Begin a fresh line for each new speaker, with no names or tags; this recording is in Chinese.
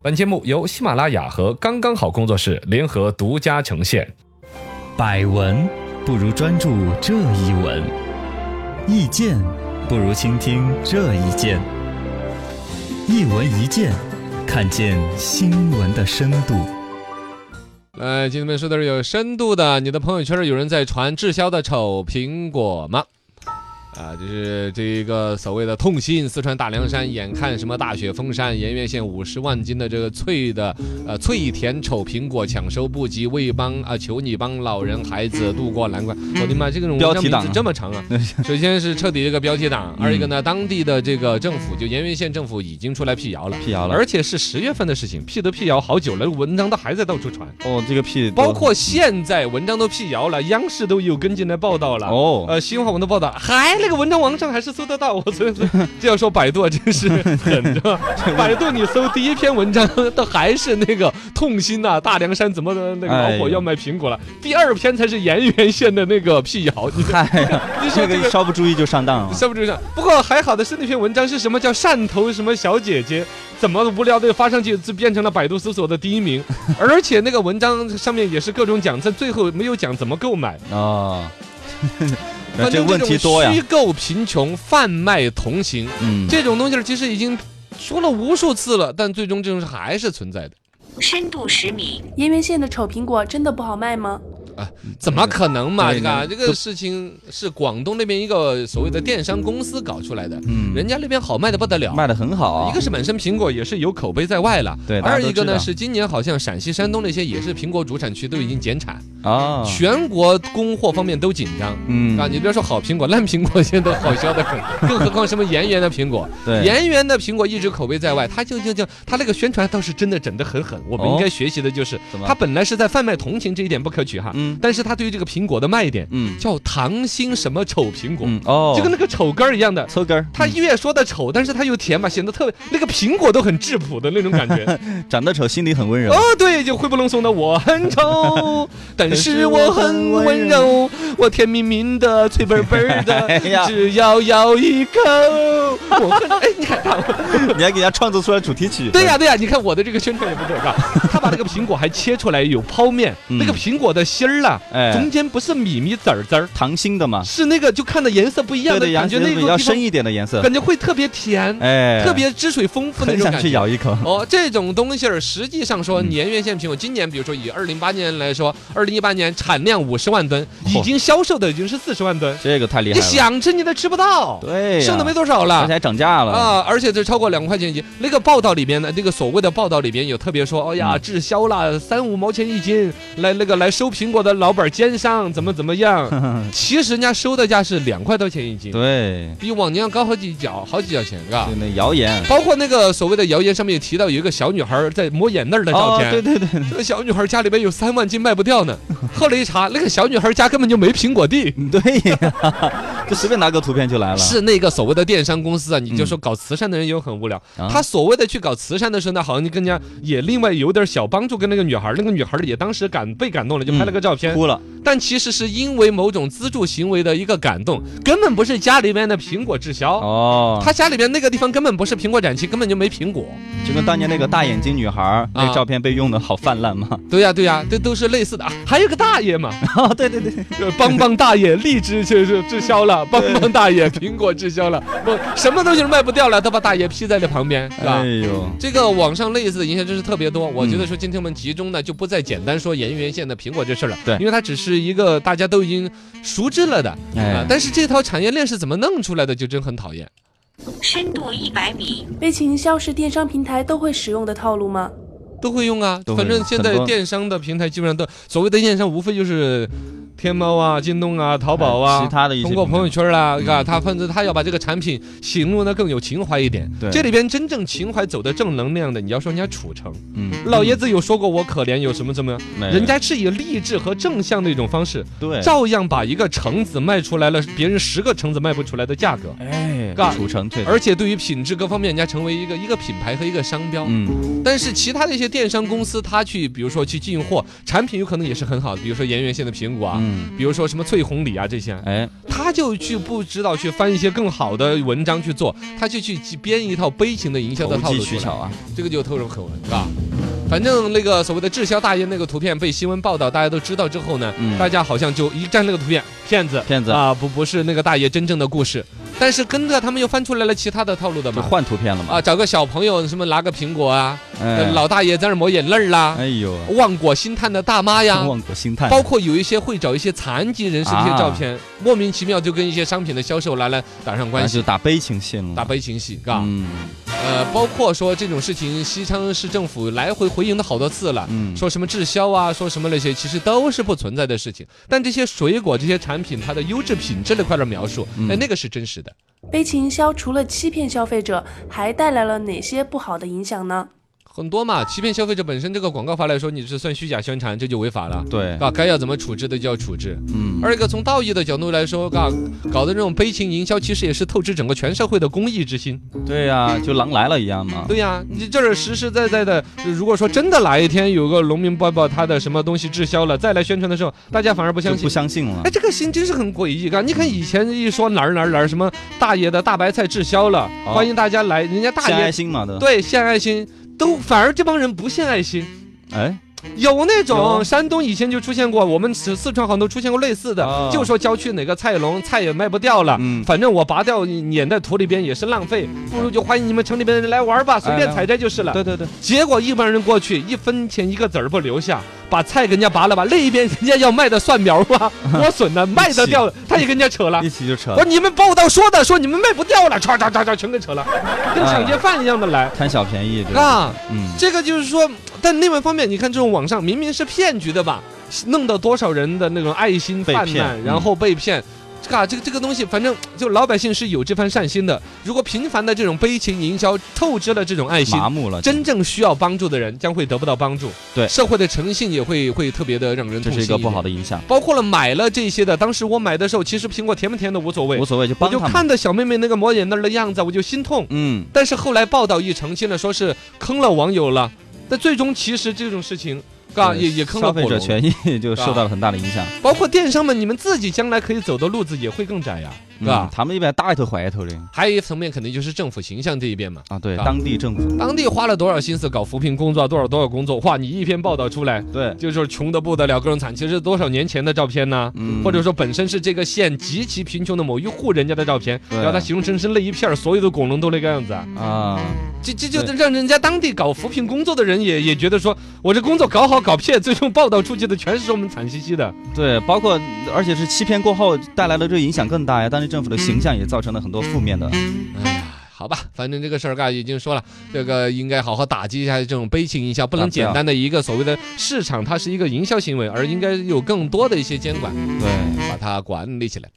本节目由喜马拉雅和刚刚好工作室联合独家呈现。
百闻不如专注这一闻，意见不如倾听这一见。一闻一见，看见新闻的深度。
来，今天我们说的是有深度的。你的朋友圈有人在传滞销的丑苹果吗？啊，就是这一个所谓的痛心四川大凉山，眼看什么大雪封山，盐源县五十万斤的这个脆的呃脆甜丑苹果抢收不及，为帮啊求你帮老人孩子渡过难关。我的妈，这种文
标
章
嗯题
名
党嗯
字这么长啊！首先是彻底这个标题党，二一个呢，当地的这个政府就盐源县政府已经出来辟谣了，
辟谣了
而且是十月份的事情，辟都辟谣好久了，文章都还在到处传。
哦，这个屁多
包括现在文章都辟谣了，央视都有跟进来报道了。
哦
呃，新华网的报道，还那个文章网上还是搜得到。 我真是这要说百度啊，真是狠 着。百度你搜第一篇文章，都还是那个痛心呐、大凉山怎么的那个
哎
老
呦
火要卖苹果了。第二篇才是盐源县的那个辟谣，你
嗨哎呀，
你说
这
这
个
个。
稍不注意就上当了。
是不是这样？不过还好的是那篇文章是什么叫汕头什么小姐姐，怎么无聊的发上去就变成了百度搜索的第 一名，而且那个文章上面也是各种讲，在最后没有讲怎么购买。
哦，
反
这
正
个问
种
题多呀
虚。构贫穷、贩卖同行
嗯，
这种东西儿其实已经说了无数次了，但最终这种事还是存在的。
深度十米，
盐源县的丑苹果真的不好卖吗？
怎么可能嘛？
嗯对
这个啊
那
这个事情是广东那边一个所谓的电商公司搞出来的，
嗯
人家那边好卖的不得了，
卖的很好啊
一个。是本身苹果也是有口碑在外了，
对大家
二
都
一个
知
呢
道
是今年好像陕西、山东那些也是苹果主产区都已经减产，
啊，
全国供货方面都紧张。
嗯
啊，，你别说好苹果，烂苹果现在都好销 的很，更何况什么盐源的苹果，
对，
盐源的苹果一直口碑在外，它就就就它那个宣传倒是真的整得很狠，我们
哦
应该学习的就是
怎么，
它本来是在贩卖同情这一点不可取哈，
嗯
但是它对于这个苹果的卖点
嗯
叫糖心什么丑苹果，
嗯哦，
就跟那个丑根儿一样的，
抽根儿，
它越说的丑，但是它又甜嘛，显得特别那个苹果都很质朴的那 种感觉。
长得丑，心里很温柔
哦。，对，就灰不隆咚的我很 丑，但是我很温柔，我甜蜜蜜的，脆嘣嘣
哎呀
的，只要咬一口，我 很哎，你看他，
你还给人家创作出来主题曲。
对呀、对呀、你看我的这个宣传也不准啊，他把那个苹果还切出来有剖面，
嗯
那个苹果的芯儿啊，
哎
中间不是米米籽儿籽儿，
糖心的嘛，
是那个就看的颜色不一样
对
的
对，
感
杨
觉，
紫
那
比
个
较
地方
深一点的颜色，
感觉会特别甜，
哎，
特别汁水丰富的
很
那种
想
感
去
觉。
咬一口。
哦，这种东西儿，实际上说，盐源县苹果今年，比如说以二零八年来说，二零一八年产量五十万吨，
嚯
已经销售的已经是四十万吨，
这个太厉害
你
了，
想吃你都吃不到，
对呀，
剩的没多少
而且
了。
还涨价了。
啊，而且这超过两块钱一斤。那个报道里面呢，那个所谓的报道里面有特别说，哎呀，
嗯
滞销了，三五毛钱一斤，来那个来收苹果的老板肩上怎么怎么样？ 其实人家收的价是两块多钱一斤，
对，
比往年要高好几角，好几角钱，嘎。
就那谣言。
包括那个所谓的谣言上面也提到有一个小女孩在抹眼泪儿的照
哦，
片，
对对对
这个小女孩家里边有三万斤卖不掉 呢。后来一查，那个小女孩家根本就没苹果地。
对呀， 就随便拿个图片就来了。
是那个所谓的电商公司啊，你就说搞慈善的人也很无聊。
嗯啊
他所谓的去搞慈善的时候呢，好像就跟人家也另外有点小帮助，跟那个女孩儿，那个女孩儿也当时感被感动了，就拍了个照片。
嗯哭了，
但其实是因为某种资助行为的一个感动，根本不是家里边的苹果滞销。
哦，
他家里边那个地方根本不是苹果展期，根本就没苹果。
就跟当年那个大眼睛女孩儿那个照片被用的好泛滥嘛。
对呀、对呀、这都是类似的啊。还有个大爷嘛，
哦，对对对，
呃邦邦大爷荔枝就是滞销了，邦邦大爷苹果滞销了，不什么东西都卖不掉了，都把大爷批在了旁边，是吧？
哎嗯呦，
这个网上类似的影响真是特别多，我觉得说今天我们集中呢，就不再简单说盐源县的苹果这事儿了，
对
因为它只是一个大家都已经熟知了的，啊
哎，
但是这套产业链是怎么弄出来的，就真很讨厌。
深度一百米，
被营销是电商平台都会使用的套路吗？
都会用啊
都，会
反
用
正现
很
在
多
电商的平台基本上都所谓的电商，无非就是天猫啊、京东啊、淘宝啊，
哎其他的一些
通过
平台嗯
朋友圈啦、啊，他反正他要把这个产品形容的更有情怀一点。
对
这里边真正情怀走的正能量的，你要说人家楚成
嗯，
老爷子有说过我可怜有什么什么，
没
人家是以励志和正向的一种方式，
对，
照样把一个橙子卖出来了，别人十个橙子卖不出来的价格。
哎，
干
楚成对，
而且对于品质各方面，人家成为一个一个品牌和一个商标。
嗯，
但是其他的一些电商公司，他去比如说去进货，产品有可能也是很好的，比如说盐源县的苹果啊，
嗯，
比如说什么翠红李啊这些，
嗯
哎，
他就去不知道去翻一些更好的文章去做，他就去编一套悲情的营销的
投
套
机
路
取
出来
巧，啊，
这个就透露可闻，是吧？反正那个所谓的滞销大烟那个图片被新闻报道，大家都知道之后呢，
嗯
大家好像就一看那个图片，骗子，
骗子
啊，不不是那个大爷真正的故事，但是跟着他们又翻出来了其他的套路的
就
嘛，
换图片了嘛。
啊，找个小朋友什么拿个苹果啊，
哎
呃，老大爷在那儿抹眼泪儿啊啦，
哎呦，
望过星探的大妈呀
真，望过星探，
包括有一些会找一些残疾人士的一些
啊
照片，莫名其妙就跟一些商品的销售来了打上
那
关
啊
系，
就打悲情线了，
打悲情戏，嘎、
哎嗯
呃，包括说这种事情，西昌市政府来回回应了好多次了。
嗯，
说什么滞销啊，说什么那些，其实都是不存在的事情。但这些水果、这些产品，它的优质品质那块的描述，
嗯
哎，那个是真实的。
悲情营销除了欺骗消费者，还带来了哪些不好的影响呢？
很多嘛，欺骗消费者本身这个广告法来说，你是算虚假宣传，这就违法了。
对，
啊，该要怎么处置的就要处置。
嗯，
二一个从道义的角度来说，搞搞的这种悲情营销，其实也是透支整个全社会的公益之心。
对呀，就狼来了一样嘛。
对呀、你这儿实实在在的，呃如果说真的哪一天有个农民伯伯他的什么东西滞销了，再来宣传的时候，大家反而不
就
相信
不。相信了
哎，，这个心真是很诡异，啊嘎！你看以前一说哪儿哪儿哪儿什么大爷的大白菜滞销了，
哦
欢迎大家来，人家大
献爱
爷
心嘛的。，
对献爱心，都反而这帮人不献爱心。
哎，
有那种
有啊
山东以前就出现过，我们四四川好像都出现过类似的，
哦
就说郊区哪个菜农菜也卖不掉了，
嗯
反正我拔掉碾在土里边也是浪费，不如就欢迎你们城里边的人来玩
哎
吧，随便采摘就是了。
对对对，
结果一帮人过去，一分钱一个子儿不留下，把菜给人家拔了吧，另一边人家要卖的蒜苗啊、莴笋呢，卖得掉，他也跟人家扯了
一。起就扯
我说你们报道说的，说你们卖不掉了，唰唰唰唰全给扯了，跟抢劫犯一样的来
贪小便宜，这个
啊！
嗯，
这个就是说，但另外一方面，你看这种网上明明是骗局的吧，弄到多少人的那种爱心
被
泛
骗
滥，
嗯
然后被骗。这个啊，这个这个东西，反正就老百姓是有这番善心的。如果频繁的这种悲情营销透支了这种爱心，
麻木了，
真正需要帮助的人将会得不到帮助。
对
社会的诚信也会会特别的让人
这
痛
是
心
一个不好
的。
的影响。
包括了买了这些的，当时我买的时候，其实苹果甜不甜的无所谓
无，所谓，就
我
帮
就
他们。
看到小妹妹那个抹眼泪的样子，我就心痛。
嗯，
但是后来报道一澄清了，说是坑了网友了。但最终其实这种事情，嘎
对
也也坑了
消费
火
者
龙。
权益就受到了很大的影响。
包括电商们，你们自己将来可以走的路子也会更窄呀，是
嗯
吧？
他们一般搭一头怀一头的
还有一层面，肯定就是政府形象这一边嘛。
啊，对，
啊
当地政府，
当地花了多少心思搞扶贫工作，多少多少工作，哇！你一篇报道出来，
对，
就是穷的不得了，各种惨。其实是多少年前的照片呢？
嗯
或者说本身是这个县极其贫穷的某一户人家的照片，
对
然后他形容成是那一片儿所有的拱龙都那个样子啊，
啊，
这这就让人家当地搞扶贫工作的人也也觉得说，我这工作搞好搞撇，最终报道出去的全是我们惨兮兮的。
对，包括而且是欺骗过后带来的这个影响更大呀，当地政府的形象也造成了很多负面的。
哎呀，好吧，反正这个事儿嘎已经说了，这个应该好好打击一下这种悲情营销，不
啊
能
对啊
简单的一个所谓的市场，它是一个营销行为，而应该有更多的一些监管，
对。
把它管理起来。